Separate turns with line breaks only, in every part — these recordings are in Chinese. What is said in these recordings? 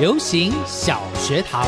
流行小学堂，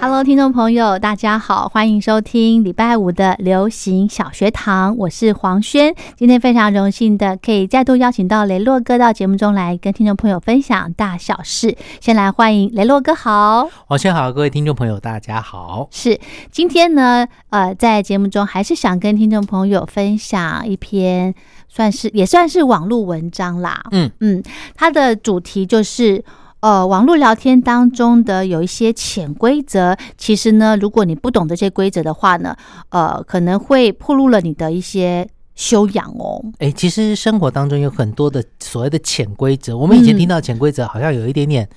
Hello，听众朋友，大家好，欢迎收听礼拜五的流行小学堂，我是黄轩。今天非常荣幸的可以再度邀请到雷洛哥到节目中来跟听众朋友分享大小事。先来欢迎雷洛哥好。
晚上好，各位听众朋友，大家好。
是，今天呢，呃，在节目中还是想跟听众朋友分享一篇，算是也算是网络文章啦。
嗯
嗯，它的主题就是。呃，网络聊天当中的有一些潜规则，其实呢，如果你不懂这些规则的话呢，呃，可能会暴露了你的一些修养哦。
哎，其实生活当中有很多的所谓的潜规则，我们以前
嗯
听到潜规则好像有一点点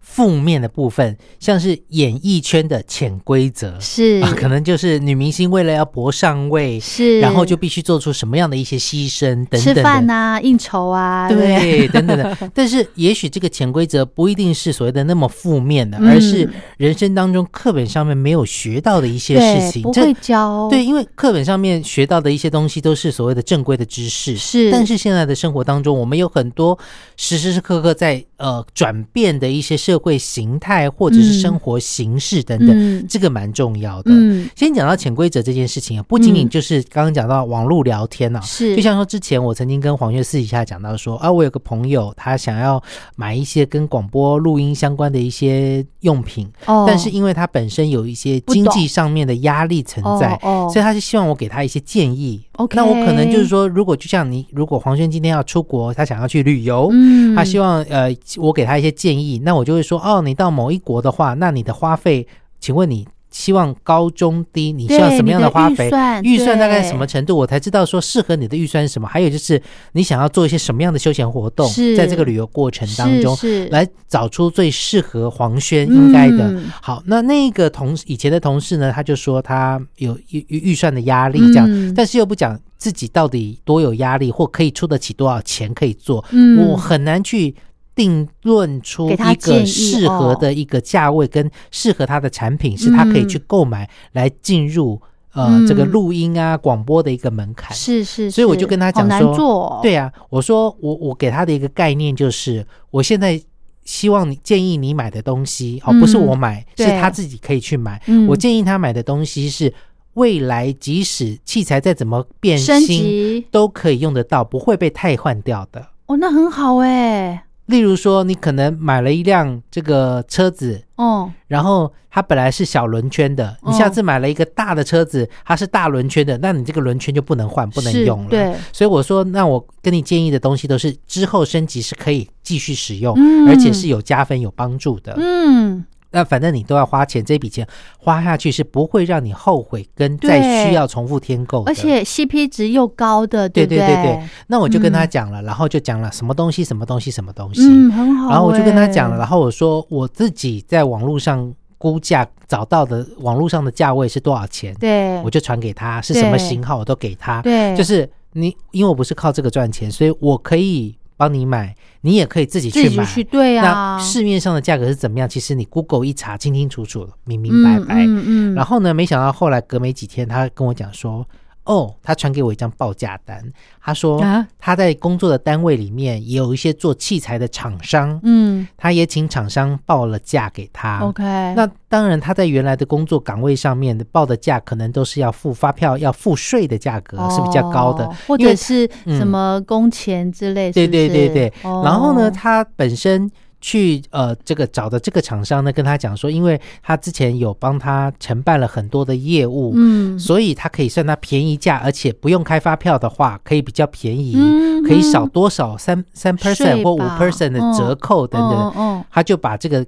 负面的部分，像是演艺圈的潜规则，
是
啊，可能就是女明星为了要博上位，
是，
然后就必须做出什么样的一些牺牲等
吃
等
饭
的。
啊，应酬啊，不
对，等等的，但是也许这个潜规则不一定是所谓的那么负面的，
嗯
而是人生当中课本上面没有学到的一些事
对，
情。
不
这
会教哦
对，因为课本上面学到的一些东西都是所谓的正规的知识，
是
但是现在的生活当中，我们有很多时时刻刻在呃转变的一些社会形态或者是
嗯
生活形式等等，
嗯
这个蛮重要的。
嗯
先讲到潜规则这件事情啊，不仅仅
嗯
就是刚刚讲到网络聊天啊，
是，
就像说之前我曾经跟黄月私底下讲到说啊，我有个朋友他想要买一些跟广播录音相关的一些用品，
哦，
但是因为他本身有一些经济上面的压力存在，
哦哦、
所以他是希望我给他一些建议。
OK
那我可能就是说，如果就像你，如果黄轩今天要出国，他想要去旅游。
嗯，
他希望呃，我给他一些建议，那我就会说哦，你到某一国的话，那你的花费，请问你希望高中低，你
对
希望什么样
你的
花费
预？算
预算大概
对
什么程度，我才知道说适合你的预算是什么。还有就是你想要做一些什么样的休闲活动
是，
在这个旅游过程当中，
是是
来找出最适合黄轩应该的。
嗯
好，那那个同以前的同事呢，他就说他有预预预算的压力这样，
嗯
但是又不讲自己到底多有压力，或可以出得起多少钱可以做，
嗯
我很难去。定论出
给他
一
建议
个适合的一个价位，跟适合他的产品，是他可以去购买来进入呃
嗯
这个录音啊广播的一个门槛。
是是，
所以我就是跟他
好
讲
难
说
做哦，
对啊，我说我我给他的一个概念就是，我现在希望你建议你买的东西，哦，
嗯
不是我买，
对
是他自己可以去买。
嗯
我建议他买的东西是未来即使器材再怎么变
升
新，
级
都可以用得到，不会被汰换掉的。
哦，那很好哎，
例如说，你可能买了一辆这个车子，
哦，
然后它本来是小轮圈的，你
嗯
下次买了一个大的车子，它是大轮圈的，那你这个轮圈就不能换，不能
是
用了。
对，
所以我说，那我跟你建议的东西都是之后升级是可以继续使用，
嗯
而且是有加分、有帮助的。
嗯，
那反正你都要花钱，这笔钱花下去是不会让你后悔，跟
对
再需要重复添购的。
而，且 CP 值又高的，
对
不
对
对
对对，那我就跟他讲了，然后就讲了什么东西、什么东西、什么东西，
嗯，很好哎，
然后我就跟他讲了，然后我说我自己在网络上估价找到的网络上的价位是多少钱，
对，
我就传给他是什么
对
型号我都给他。
对，
就是你，因为我不是靠这个赚钱，所以我可以帮你买，你也可以自己
自
去
己
买。
去，对啊，
那市面上的价格是怎么样？其实你 Google 一查，清清楚楚，明明白白。
嗯嗯，
然
后
后呢，没想到后来隔没几天，他跟我讲说。哦，他传给我一张报价单，他说
啊
他在工作的单位里面也有一些做器材的厂商，
嗯
他也请厂商报了价给他。
，OK，
那当然，他在原来的工作岗位上面的报的价，可能都是要付发票、要付税的价格啊是比较高的
哦，或
因为
者是
嗯
什么工钱之类，
对
是不哦
对对
是
对。然后呢，
哦
他本身去呃这个找的这个厂商呢，跟他讲说，因为他之前有帮他承办了很多的业务，
嗯
所以他可以算他便宜价，而且不用开发票的话，可以比较便宜，
嗯
可以少多少三三
税
percent
吧
或五 percent 的折扣等等，
哦哦，
他就把这个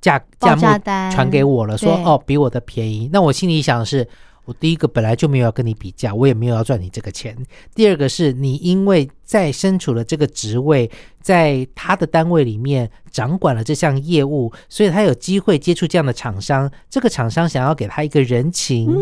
价
报
价目
价单
传给我了，说
对
哦比我的便宜。那我心里想的是，我第一个本来就没有要跟你比价，我也没有要赚你这个钱。第二个是你因为在身处了这个职位，在他的单位里面掌管了这项业务，所以他有机会接触这样的厂商，这个厂商想要给他一个人情，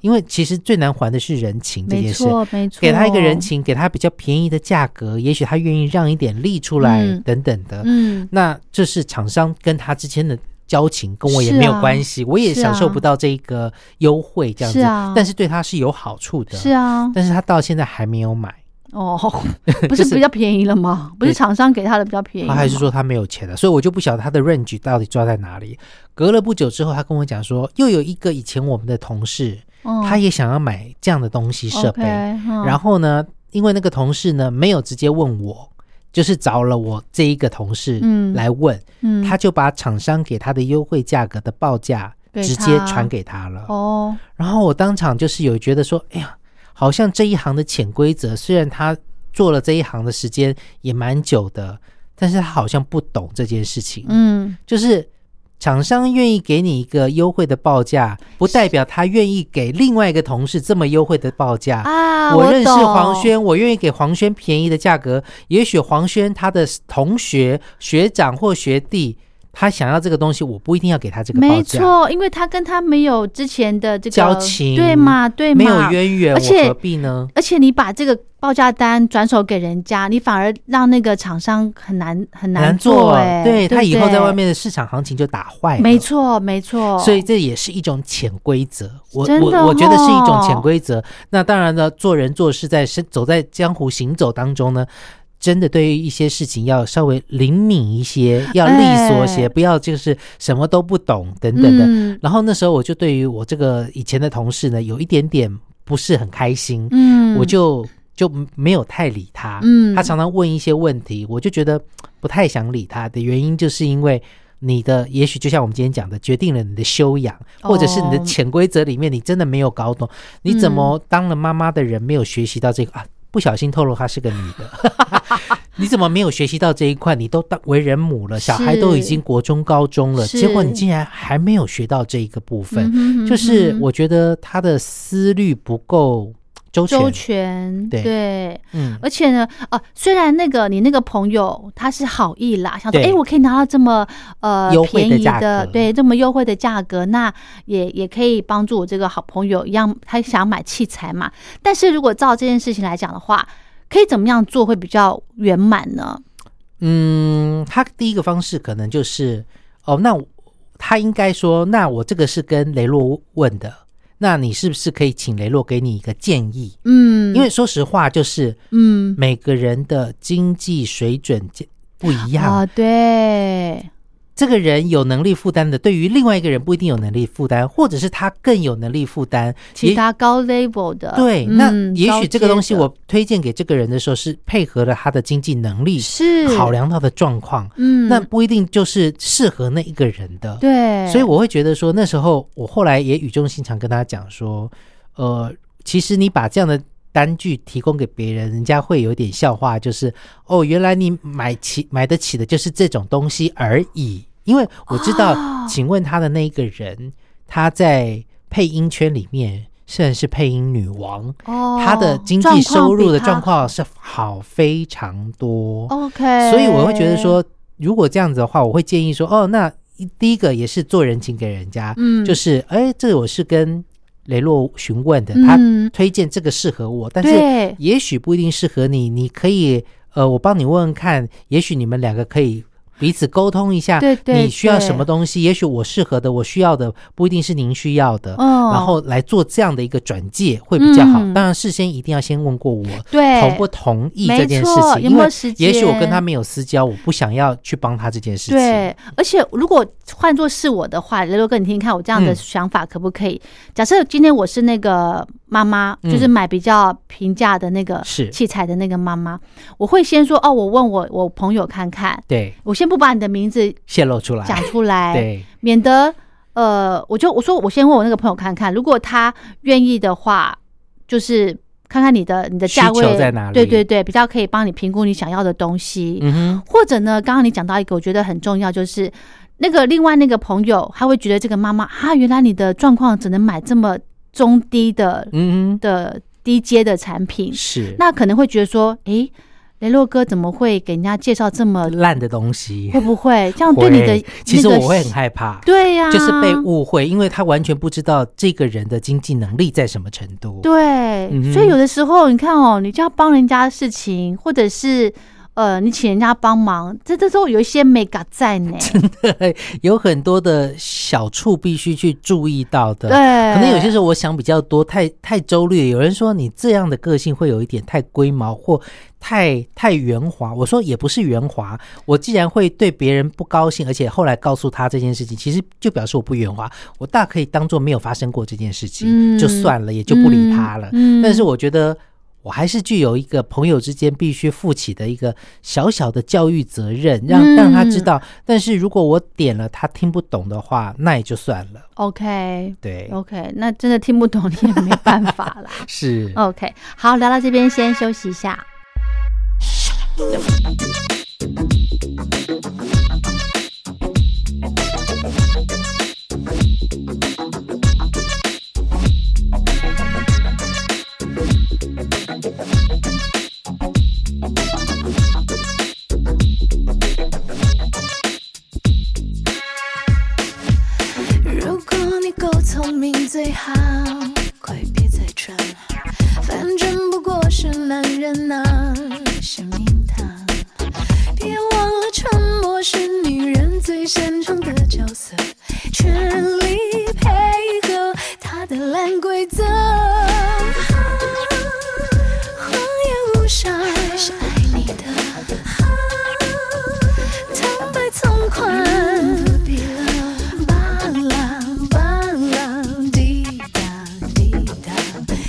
因为其实最难还的是人情这
嗯没
件事。
错没错，哦
给他一个人，情，给他比较便宜的价格，也许他愿意让一点利出来，
嗯
等等的。
嗯，
那这是厂商跟他之间的交情，跟我也
是啊
没有关系，我也
是啊
享受不到这个优惠这样子，
是啊
但是对他是有好处的。
是啊，
但是他到现在还没有买，
哦，不是比较便宜了吗？不是厂商给他的比较便宜，
他还是，说他没有钱的，所以我就不晓得他的 range 到底抓在哪里。隔了不久之后，他跟我讲说，又有一个以前我们的同事，
嗯哦
他也想要买这样的东西设备，然
然
后呢，因为那个同事呢没有直接问我，就是找了我这一个同事
嗯
来问，他就把厂商给他的优惠价格的报价
给
直接
他
传给他了。
哦，
然后我当场就是有觉得说，哎呀，好像这一行的潜规则，虽然他做了这一行的时间也蛮久的，但是他好像不懂这件事情，
嗯，
就是。厂商愿意给你一个优惠的报价，不代表他愿意给另外一个同事这么优惠的报价
啊，
我认识
懂
黄，轩，我愿意给黄轩便宜的价格。也许黄轩他的同学、学长或学弟，他想要这个东西，我不一定要给他这个报
没
价。
错，因为他跟他没有之前的这个
交情
对嘛，对
没
嘛，
有渊源，
而且
我何必呢？
而且你把这个报价单转手给人家，你反而让那个厂商很难很
难
做、
做，啊
哎，
对
不
他以后在外，面的市场行情就打坏了。
没。错没错，
所以这也是一种潜规则，我
哦真的
我我觉得是一种
哦
潜规则。那当然呢，做人做事在身走在江湖行走当中呢，真的对于一些事情要稍微灵敏一些，要利索些，
哎
不要就是什么都不懂等等的。
嗯
然后那时候我就对于我这个以前的同事呢，有一点点不是很开心，
嗯，
我就就没有太理他。
嗯
他常常问一些问题，我就觉得嘖不太想理他的原因，就是因为你的也许就像我们今天讲的，决定了你的修养，
哦嗯
或者是你的潜规则里面你真的没有搞懂，你怎么当了妈妈的人没有学习到这个啊？不小心透露她是个女的， 你怎么没有学习到这一块？你都当为人母了，小孩
是
都已经国中、高中了，
是
结果你竟然还没有学到这一个部分。
嗯哼嗯哼
就是我觉得他的思虑不够周全。
周全
对
对。
嗯，
而且呢，呃，虽然那个你那个朋友他是好意啦，想说，哎、
对
我可以拿到这么呃
优惠
便
的
宜
价
的，
格
对，这么优惠的价格，那也也可以帮助我这个好朋友一样，他想买器材嘛。但是如果照这件事情来讲的话，可以怎么样做会比较圆满呢？
嗯，他第一个方式可能就是，哦，那我他应该说，那我这个是跟雷洛问的，那你是不是可以请雷洛给你一个建议？
嗯，
因为说实话，就是
嗯
每个人的经济水准不一样，
啊、对，
这个人有能力负担的，对于另外一个人不一定有能力负担，或者是他更有能力负担，
其
也
他高 level 的，
对，
嗯
那也许这个东西
高阶的
我推荐给这个人的时候，是配合了他的经济能力
是
考，量到的状况，
嗯，
那不一定就是适合那一个人的。
对，
所以我会觉得说，那时候我后来也语重心长跟他讲说，呃，其实你把这样的。单据提供给别人，人家会有点笑话，就是哦，原来你买起买得起的就是这种东西而已。因为我知道，
哦
请问他的那一个人，他在配音圈里面虽然是配音女王，
哦，
他的经济收入的状
况比他
况是好非常多，
OK，
所以我会觉得，说，如果这样子的话，我会建议说，哦，那第一个也是做人情给人家，
嗯，
就是，哎，这我是跟雷洛询问的，他
嗯，
推荐这个适合我，但是
对，
也许不一定适合你，你可以，呃，我帮你问问看，也许你们两个可以彼此沟通一下，
对对
你需要
对
什么东西，也许我适合的，我需要的不一定是您需要的，
嗯，
然后来做这样的一个转介会比较好。
嗯
当然，事先一定要先问过我
对
同不同意
没
这件事
错
情，
有
因
没有
为
时间
也许我跟他没有私交，我不想要去帮他这件事情。
对，而且如果换作是我的话，雷洛哥，你听听看，我这样的
嗯
想法可不可以？假设今天我是那个妈妈，
嗯
就是买比较平价的那个
是
器材的那个妈妈，我会先说哦，我问我我朋友看看，
对，
我先不把你的名字
泄露出来，
讲出来，
对，
免得呃，我就我说我先问我那个朋友看看，如果他愿意的话，就是看看你的你的价
需求
位
在哪里
对对对，比较可以帮你评估你想要的东西。
嗯哼，
或者呢，刚刚你讲到一个我觉得很重要，就是那个另外那个朋友，他会觉得这个妈妈啊，原来你的状况只能买这么中低的
嗯
的低阶的产品
哼，，是
那可能会觉得说，诶，雷洛哥怎么会给人家介绍这么？
烂的东西
会。不会这样对你的
会
那个？
其实我会很害怕，
对啊呀、
就是被误会，因为他完全不知道这个人的经济能力在什么程度。
对，
嗯哼
所以有的时候你看哦，你就要帮人家的事情，或者是呃，你请人家帮忙，这这时候有一些美感在 呢。
有很多的小处必须去注意到的。
对，
可
可
能有些时候我想比较多，太太周略。有人说你这样的个性会有一点太龟毛或太太圆滑。我说也不是圆滑，我既然会对别人不高兴，而且后来告诉他这件事情，其实就表示我不圆滑，我大可以当做没有发生过这件事情，
嗯
就算了，也就不理他了。
嗯嗯
但是我觉得。我还是具有一个朋友之间必须负起的一个小小的教育责任，让让他知
嗯
道。但是如果我点了他听不懂的话，那也就算了。
OK，
对，
OK，那真的听不懂你也没办法 啦。
是。
OK，好，聊到这边先休息一下。
如果你够聪明，最好快别再装，反正不过是男人啊，是名堂。别忘了，沉默是女人最擅长的角色，全力配合她的烂规则。谎言无伤是爱你的，坦白从宽。比了巴拉巴拉滴答滴答，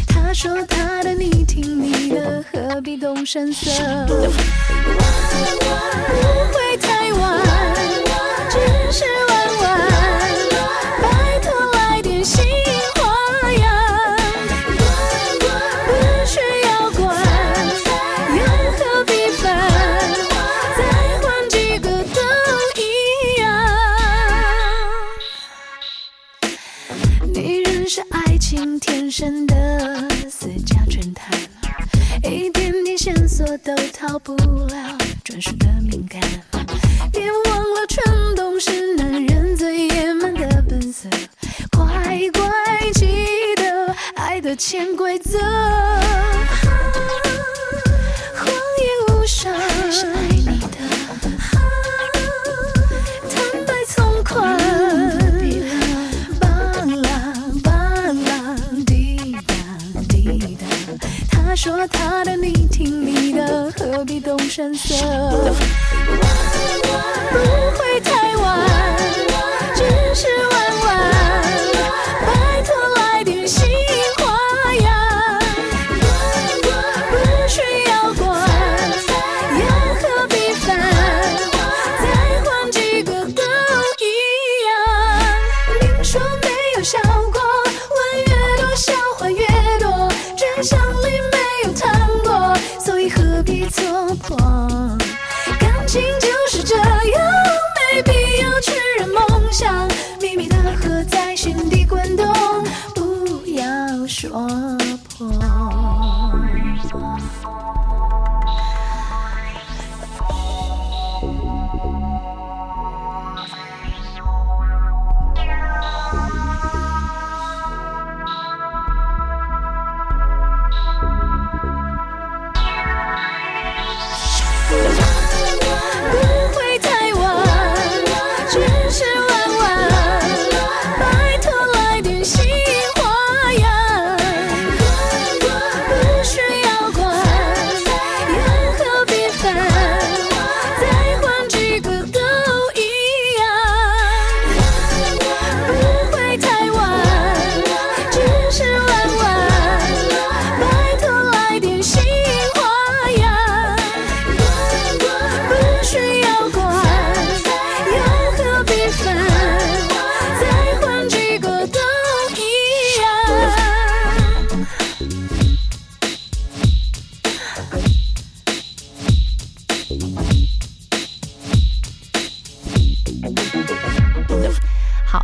他说他的，你听你的，何必动声色？不会太晚，只是玩玩，拜托来点新花样，不需要管，又何必烦？再换几个都一样。女人是爱情天生的私家侦探，一点点线索都逃不了专属的敏感。别忘了，冲动是男人最野蛮的本色，乖乖记得爱的潜规则。谎言无伤是爱你的，坦白从宽。巴拉巴拉滴答滴答，他说他的，你听你的，何必动声色？不会太晚，只是玩玩，拜托来点新花样，不需要管，又何必烦？再换几个都一样。明说没有效果，问越多笑话越多，真相里没有糖果，所以何必错过？感情就是这样，没必要去圆梦想，秘密的河在心底滚动，不要说破。不会太晚，只是玩玩，拜托来点新花样，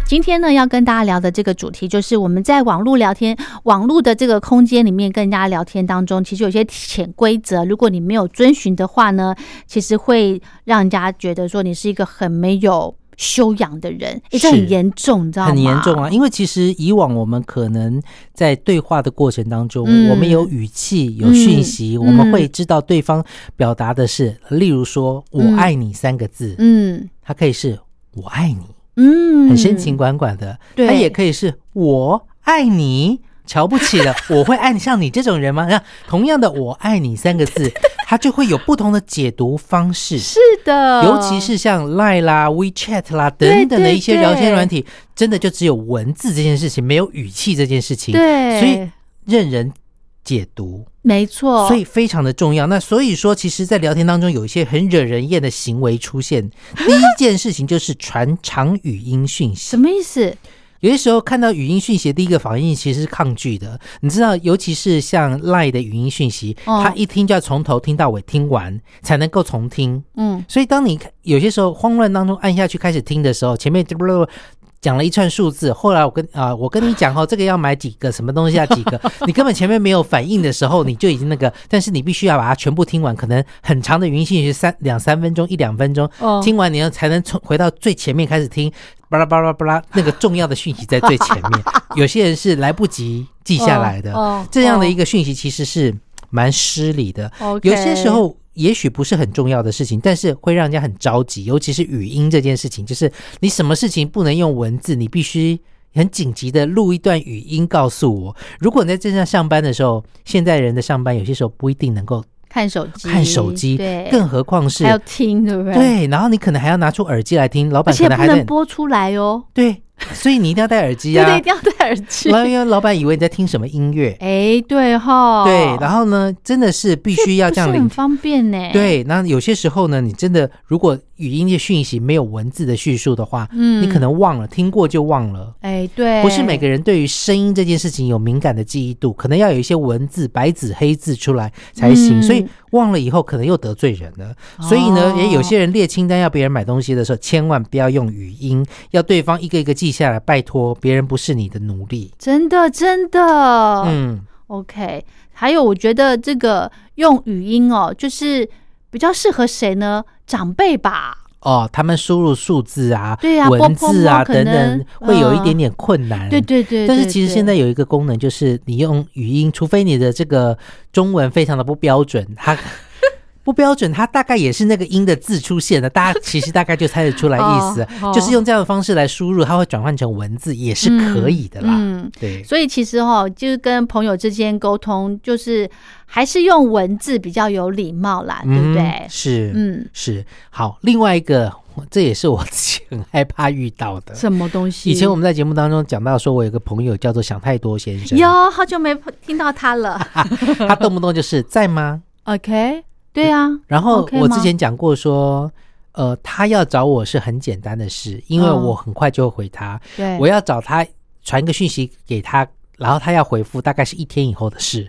今天呢，要跟大家聊的这个主题，就是我们在网络聊天、网络的这个空间里面跟人家聊天当中，其实有些潜规则，如果你没有遵循的话呢，其实会让人家觉得说你是一个很没有修养的人，诶这
是
很严重，你知道吗？
很严重啊！，因为其实以往我们可能在对话的过程当中，
嗯
我们有语气、有讯息，
嗯
我们会知道对方表达的是，例如说“我
嗯
爱你”三个字，
嗯
它可以是“我爱你”，
嗯，
很深情款款的；
对
它也可以是“我爱你”，瞧不起的，我会爱你像你这种人吗？那同样的“我爱你”三个字，它就会有不同的解读方式。
是的，
呃尤其是像 Line 啦、WeChat 啦
对
等等的一些
对
聊天软体，真的就只有文字这件事情，没有语气这件事情，
对，
所以任人解读，
没错，
所以非常的重要。那所以说，其实，在聊天当中有一些很惹人厌的行为出现，第一件事情就是传长语音讯息
什。么意思？
有些时候看到语音讯息，第一个反应其实是抗拒的。你知道，尤其是像 Line 的语音讯息，
哦
它一听就要从头听到尾，听完才能够重听。
嗯，
所以当你看有些时候慌乱当中按下去开始听的时候，前面就不不讲了一串数字，后来我跟啊、我跟你讲哦，这个要买几个什么东西要几 个，你根本前面没有反应的时候，你就已经那个，但是你必须要把它全部听完，可能很长的语音信息三两三分钟一两分钟，
哦
听完你要才能从回到最前面开始听，巴拉巴拉巴拉，那个重要的讯息在最前 面，有些人是来不及记下来的，
哦哦
这样的一
哦
个讯息其实是蛮失礼的，
OK
有些时候也许不是很重要的事情，但是会让人家很着急，尤其是语音这件事情，就是你什么事情不能用文字，你必须。很紧急的录一段语音告诉我，如果你在镇上上班的时候，现在人的上班有些时候不一定能够
看手机，
看手机，
嗯对，
更何况是
还要听，对不对？，
对，然后你可能还要拿出耳机来听，老
而
板可
且
能
不
还在
能播出来哦，
对，所以你一定要戴耳机
对
呀、
对，
啊
一，定要戴耳机。
老因为老板以为你在听什么音乐，
哎，对哈，
对，然后呢，真的是必须要这样
不是
聆
很方便呢。，
对，那有些时候呢，你真的如果语音的讯息没有文字的叙述的话，
嗯
你可能忘了，听过就忘了。
哎，对，
不是每个人对于声音这件事情有敏感的记忆度，可能要有一些文字白纸黑字出来才行，
嗯哦
所以忘了以后可能又得罪人了。所以呢，也有些人列清单要别人买东西的时候，千万不要用语音，要对方一个一个记下来，拜托，别人不是你的奴隶。
真的真的，
嗯，
OK，还有我觉得这个用语音哦，就是比较适合谁呢？长辈吧，
哦，他们输入数字啊、
对啊
文字啊
波波猫可
等
能
等，会有一
嗯
点点困难。
对对对
哎但是其实现在
有
有一个功能，就是你用语音，除非你的这个中文非常的不标准，
，
它不标准，它大概也是那个音的字出现的，大家其实大概就猜得出来意思啊
哦哦
就是用这样的方式来输入，它会转换成文字，也是可以的啦。
嗯，
对，
所以其实哈、哦，就是跟朋友之间沟通，就是还是用文字比较有礼貌啦，对不对
嗯、？是，
嗯，
是好。另外一个，这也是我自己很害怕遇到的。
什么东西？
以前我们在节目当中讲到，说我有个朋友叫做想太多先生，
哟，好久没听到他了。
他动不动就是在吗？
OK，对啊，
然后
OK
我
吗
之前讲过说，呃，他要找我是很简单的事，因为
嗯
我很快就会回他。
对，
我要找他传个讯息给他，然后他要回复，大概是一天以后的事。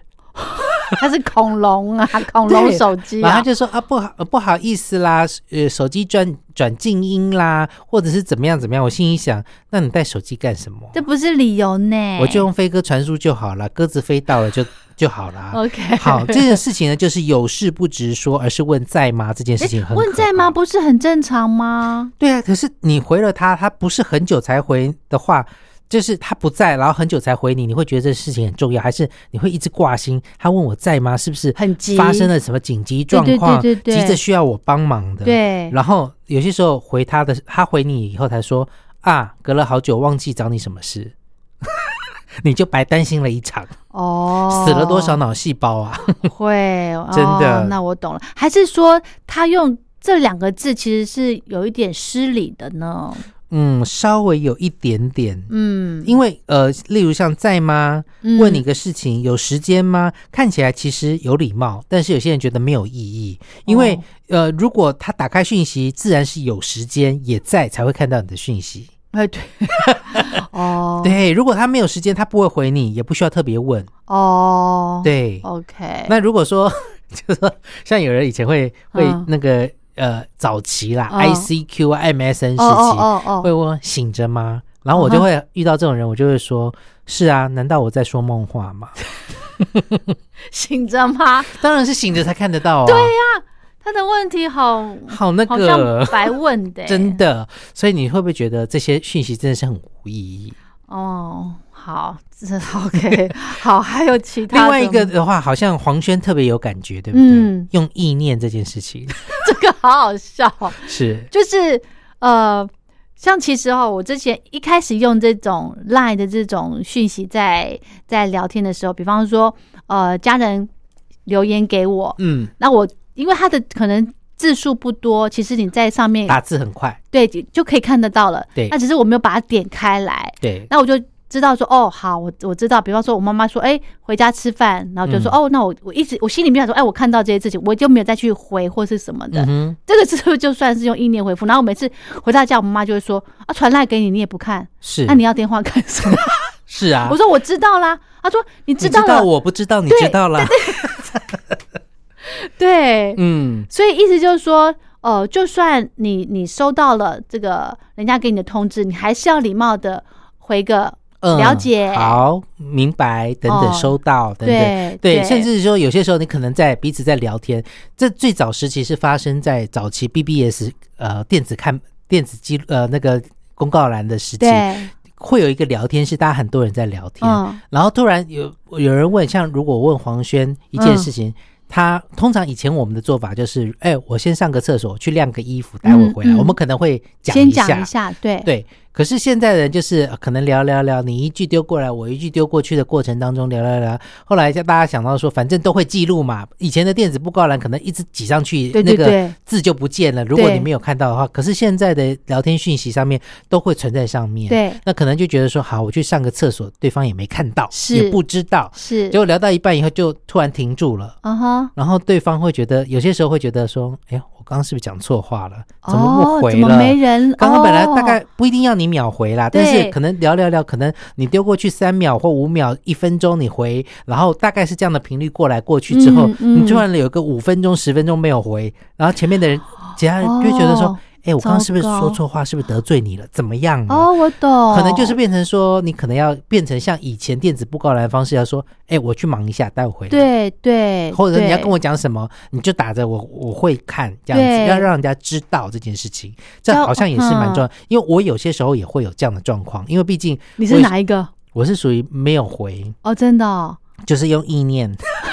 他是恐龙 啊，恐龙
对
手机
然后他
啊，
就说啊，不好、呃不好意思啦，呃，手机转转静音啦，或者是怎么样怎么样。我心里想，那你带手机干什么？
这不是理由呢。
我就用飞鸽传书就好了，鸽子飞到了就就好 了。
OK，
好，这件事情呢，就是有事不直说，而是问在吗？这件事情很
问
可
在
怕
吗？不是很正常吗？
对啊，可是你回了他，他不是很久才回的话，就是他不在，然后很久才回你，你会觉得这事情很重要，还是你会一直挂心？他问我在吗？是不是
很急
发生了什么紧急状况？
对对对对对
急着需要我帮忙的。。
对，
然后有些时候回他的，他回你以后才说啊，隔了好久忘记找你什么事， 你就白担心了一场，
哦，
死了多少脑细胞啊！
会，
真的
哦那我懂了。还是说他用这两个字其实是有一点失礼的呢？
嗯，稍微有一点点，
嗯，
因为呃，例如像在吗？
嗯
问你个事情，有时间吗？看起来其实有礼貌，但是有些人觉得没有意义，因为、
哦
呃，如果他打开讯息，自然是有时间也在才会看到你的讯息。
哎 对，哦
对，如果他没有时间，他不会回你，也不需要特别问。
哦，
对，
，OK，
那如果说 就是说，像有人以前会会
嗯
那个、呃早期啦、
哦
i c q 啊、MSN 时期，
哦哦哦哦，
会问醒着吗？然后我就会遇到这种人，我就会说：“是啊，难道我在说梦话吗
醒着吗？？”
当然是醒着才看得到啊。对呀、
他的问题好
好那
好像
个，
白问的、欸
真的。所以你会不会觉得这些讯息真的是很无意义？
哦，好，这 OK，好，还有其他
另
的
外一个
吗
的话，好像黄轩特别有感觉，对不对？
嗯
用意念这件事情
这个 好好笑哦，
是
就是呃，像其实哦，我之前一开始用这种 Line 的这种讯息在在聊天的时候，比方说呃，家人留言给我，
嗯，
那我因为他的可能字数不多，其实你在上面
打字很快，
对就就可以看得到了，
对
那只是我没有把它点开来，
对，
那我就知道说，哦，好，我我知道。比方说，我妈妈说，哎、回家吃饭，然后就说，
嗯
哦，那我我一直我心里面想说，哎、我看到这些事情，我就没有再去回或是什么的。
嗯哼，
这个是不是就算是用意念回复？然后我每次回到家，我妈妈就会说，啊，传赖给你，你也不看，
是，
那你要电话干什么？
是 啊，
我说我知道啦。她说
你
你知道了，
我不知道，你
对
知道啦。
对，
嗯，
所以意思就是说。呃，就算你你收到了这个人家给你的通知，你还是要礼貌的回个
嗯
了解
好，明白，等等，
哦
收到，等等。
对
对，甚至说有些时候你可能在彼此在聊天，这最早时期是发生在早期 BBS 呃电子看电子记录呃那个公告栏的时期，
对，
会有一个聊天是大家很多人在聊天，
嗯
然后突然有有人问，像如果问黄轩一件事
嗯
情，他通常以前我们的做法就是，哎、我先上个厕所，去晾个衣服，待会回来。
嗯嗯
我们可能会讲
先
一
讲
下，
一下，对
对。可是现在的人就是呃可能聊聊聊，你一句丢过来，我一句丢过去的过程当中聊聊聊，后来大家想到说，反正都会记录嘛。以前的电子布告栏可能一直挤上去，
对
那
对对
个字就不见了。如果
对
你没有看到的话，可是现在的聊天讯息上面都会存在上面。
对
那可能就觉得说，好，我去上个厕所，对方也没看到，
是
也不知道，
是，
结果聊到一半以后就突然停住了，
啊哈，
然后对方会觉得，有些时候会觉得说，哎呀，我刚刚是不是讲错话了？怎么
哦
不回
怎么
了？
没人？
刚刚本来
哦
大概不一定要你秒回啦，
对
但是可能聊聊聊，可能你丢过去三秒或五秒、一分钟你回，然后大概是这样的频率过来过去之后，
嗯嗯
你突然有个五分钟、十分钟没有回，然后前面的人其他人就会觉得说，
哦
哎、我刚刚是不是
糟糕
说错话？是不是得罪你了？怎么样、啊？
哦，我懂，
可能就是变成说，你可能要变成像以前电子布告栏的方式，要说，哎、我去忙一下，待会回来。
对对，
或者你要
对
跟我讲什么，你就打着我我会看这样子，
对嗯
要让人家知道这件事情，这
要
好像也是蛮重要。因为我有些时候也会有这样的状况，因为毕竟
你是
我
哪一个？
我是属于没有回，
哦，真的哦，
就是用意念，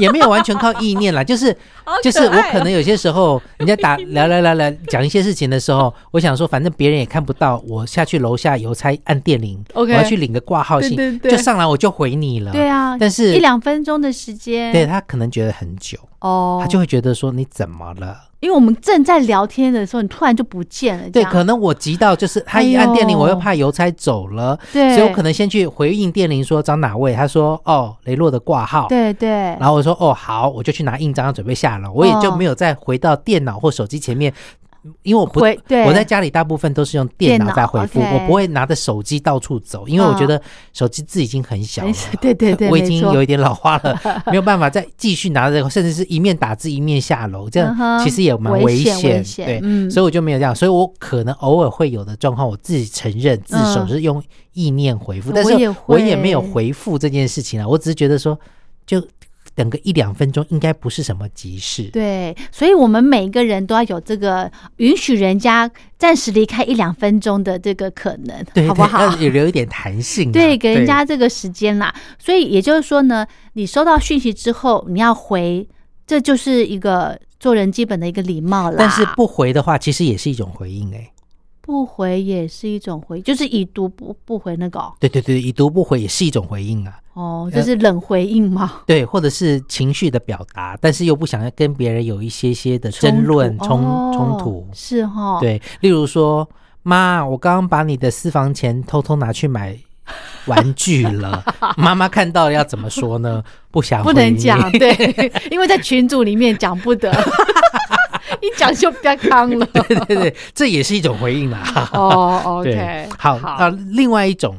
也没有完全靠意念啦， 就是
啊
就是我可能有些时候人家打聊聊聊聊讲一些事情的时候，我想说反正别人也看不到，我下去楼下邮差按电铃
OK
我要去领个挂号信，
对对对
就上来我就回你了，
对啊，
但是
一两分钟的时间，
对他可能觉得很久，
哦，
他就会觉得说你怎么了？
因为我们正在聊天的时候，你突然就不见了，这
对，
样
可能我急到就是他一
哎呦
按电铃，我又怕邮差走了，
对
所以我可能先去回应电铃说找哪位，他说哦雷洛的挂号，
对对
然后我说哦好，我就去拿印章准备下楼，我也就
哦
没有再回到电脑或手机前面。因为我不
回，对
我在家里大部分都是用电
电
脑
脑
在回复，
OK
我不会拿着手机到处走，因为我觉得手机字已经很小了
没事，啊对对对，
我
没
已经
错
有一点老花 了，没有办法再继续拿着，甚至是一面打字一面下楼，这
嗯哼
样其实也蛮
危险
险。
危险
对，
嗯
所以我就没有这样，所以我可能偶尔会有的状况，我自己承认自首是用意念回复，
嗯
但
我也
是
会
我也没有回复这件事情啊，我只是觉得说，就等个一两分钟应该不是什么急事。
对，所以我们每一个人都要有这个允许人家暂时离开一两分钟的这个可能，
对，
好不
对
好？
要留一点弹性啊、
对，给人家这个时间啦。所以也就是说呢，你收到讯息之后，你要回，这就是一个做人基本的一个礼貌啦。
但是不回的话，其实也是一种回应哎、
不回也是一种回，就是已读不不回那个哦
对对对，已读不回也是一种回应啊。
哦，这是冷回应吗？
对，或者是情绪的表达，但是又不想要跟别人有一些些的 争论、
冲
冲
哦
冲突。
是哈、，
对，例如说，妈，我刚刚把你的私房钱偷偷拿去买玩具 了，妈妈看到了要怎么说呢？不想
不
回
能
你
讲，对， 因为在群组里面讲不得， 一讲就不要康了。
对对对，这也是一种回应啦。
哦，OK，
对，好，那另外一种，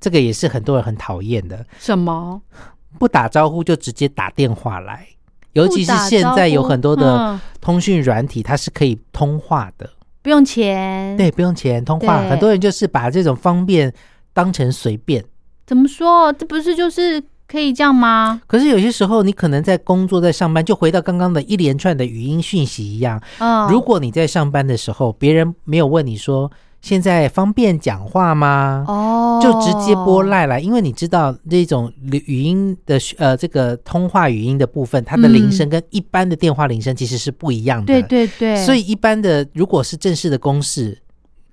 这个也是很多人很讨厌的，
什么？
不打招呼就直接打电话来，尤其是现在有很多
不打招呼
的通讯软体，它是可以通话的。
不用钱。，
对，不用钱，通话，
嗯对
很多人就是把这种方便当成随便。
怎么说？这不是就是可以这样吗？
可是有些时候，你可能在工作、在上班，就回到刚刚的一连串的语音讯息一样。
嗯，
如果你在上班的时候，别人没有问你说现在方便讲话吗？
哦，
就直接拨。赖来，因为你知道这种语音的呃这个通话语音的部分，它的铃声跟一般的电话铃声其实是不一样的。
嗯对对对，
所以一般的如果是正式的公事，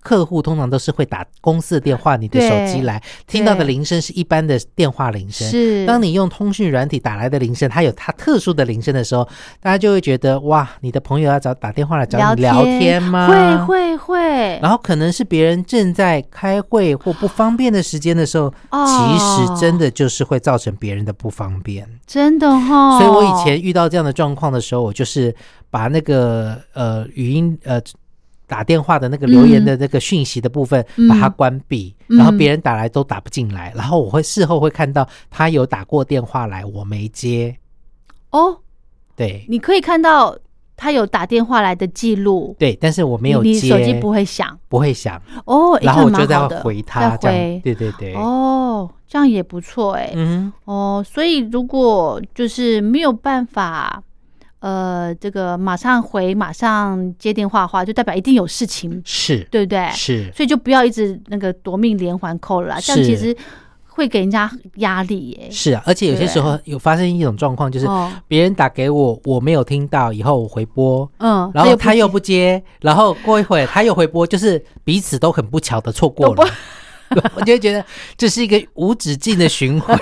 客户通常都是会打公司的电话，你的
对
手机来听到的铃声是一般的电话铃声。
是
当你用通讯软体打来的铃声，它有它特殊的铃声的时候，大家就会觉得哇，你的朋友要找打电话来找你聊天吗？
会会会，
然后可能是别人正在开会或不方便的时间的时候，
哦
其实真的就是会造成别人的不方便。
真的哈、
所以我以前遇到这样的状况的时候，我就是把那个呃语音呃打电话的那个留言的那个讯息的部分，
嗯
把它关闭，
嗯
然后别人打来都打不进来，然后我会事后会看到他有打过电话来，我没接。
哦，
对
你可以看到他有打电话来的记录，
对，但是我没有
你你
接，
手机不会响
不会响，
哦，诶
然后我就
这样蛮
再
好的
回他这
再
样。
回
对对对，
哦，这样也不错哎、
嗯哼。
哦，所以如果就是没有办法。呃，这个马上回，马上接电话的话，就代表一定有事情，
是，
对不对？
是，
所以就不要一直那个夺命连环扣了啦，这样
是
其实会给人家压力耶、
是啊，而且有些时候有发生一种状况，就是
哦
别人打给我，我没有听到，以后我回拨，
嗯，
然后他
不
又不接，然后过一会儿他又回拨，就是彼此都很不巧的错过了。 我就会觉得这是一个无止境的巡 回，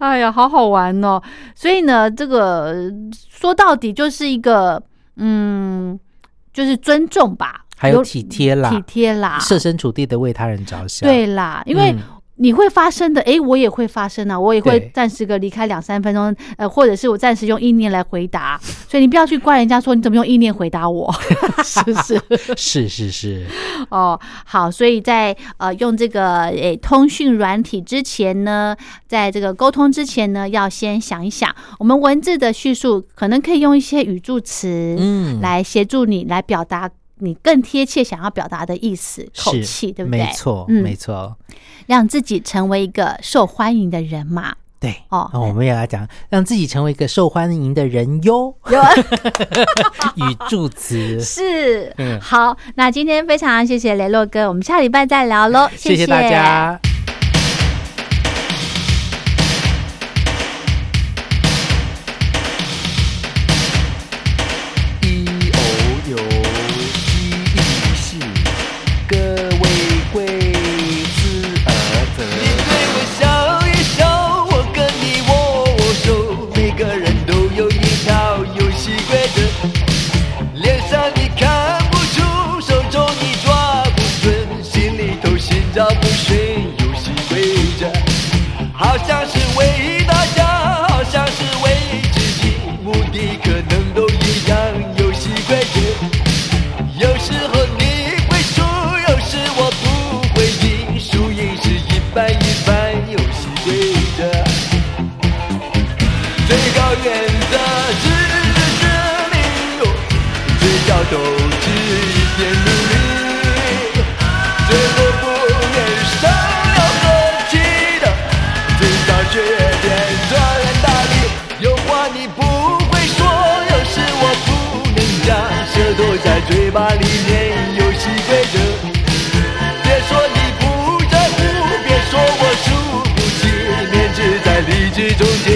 哎呀，好好玩哦！所以呢，这个呃说到底就是一个，嗯，就是尊重吧，
还有体贴啦
体贴啦，
设身处地的为他人着想。
对啦，因为
嗯。
你会发生的，诶，我也会发生啊，我也会
对
暂时个离开两三分钟，呃，或者是我暂时用意念来回答，所以你不要去怪人家说你怎么用意念回答我， 是不是？
是是是，
哦，好，所以在呃用这个诶通讯软体之前呢，在这个沟通之前呢，要先想一想，我们文字的叙述可能可以用一些语助词，
嗯，
来协助你来表达你更贴切想要表达的意思、口
是
气，对不对
没？错，
嗯
没错，
让自己成为一个受欢迎的人嘛。
对。
哦
那我们也要讲，让自己成为一个受欢迎的人哟。 语助 词，
是
嗯
好，那今天非常谢谢雷洛哥，我们下礼拜再聊喽，
谢谢大家。
一偶有一意性，各为贵之而得。你对我笑也笑，我跟你握握手，每个人都有一套游戏规则。脸上你看不出，手中你抓不准，心里头寻找不寻游戏规则。好像是为大家，好像是为自己，目的可能都一样，游戏规则。有时候你会输，有时我不会赢，输赢是一半一半，游戏规则。最高原则是生命，最小斗志一点努力。最后不能伤了和气的，最早学点赚来大力。有话你不会说，有事我不能讲，舌头在嘴巴里面游戏规则。别说你不在乎，别说我输不起，面子在理智中间哦哦哦哦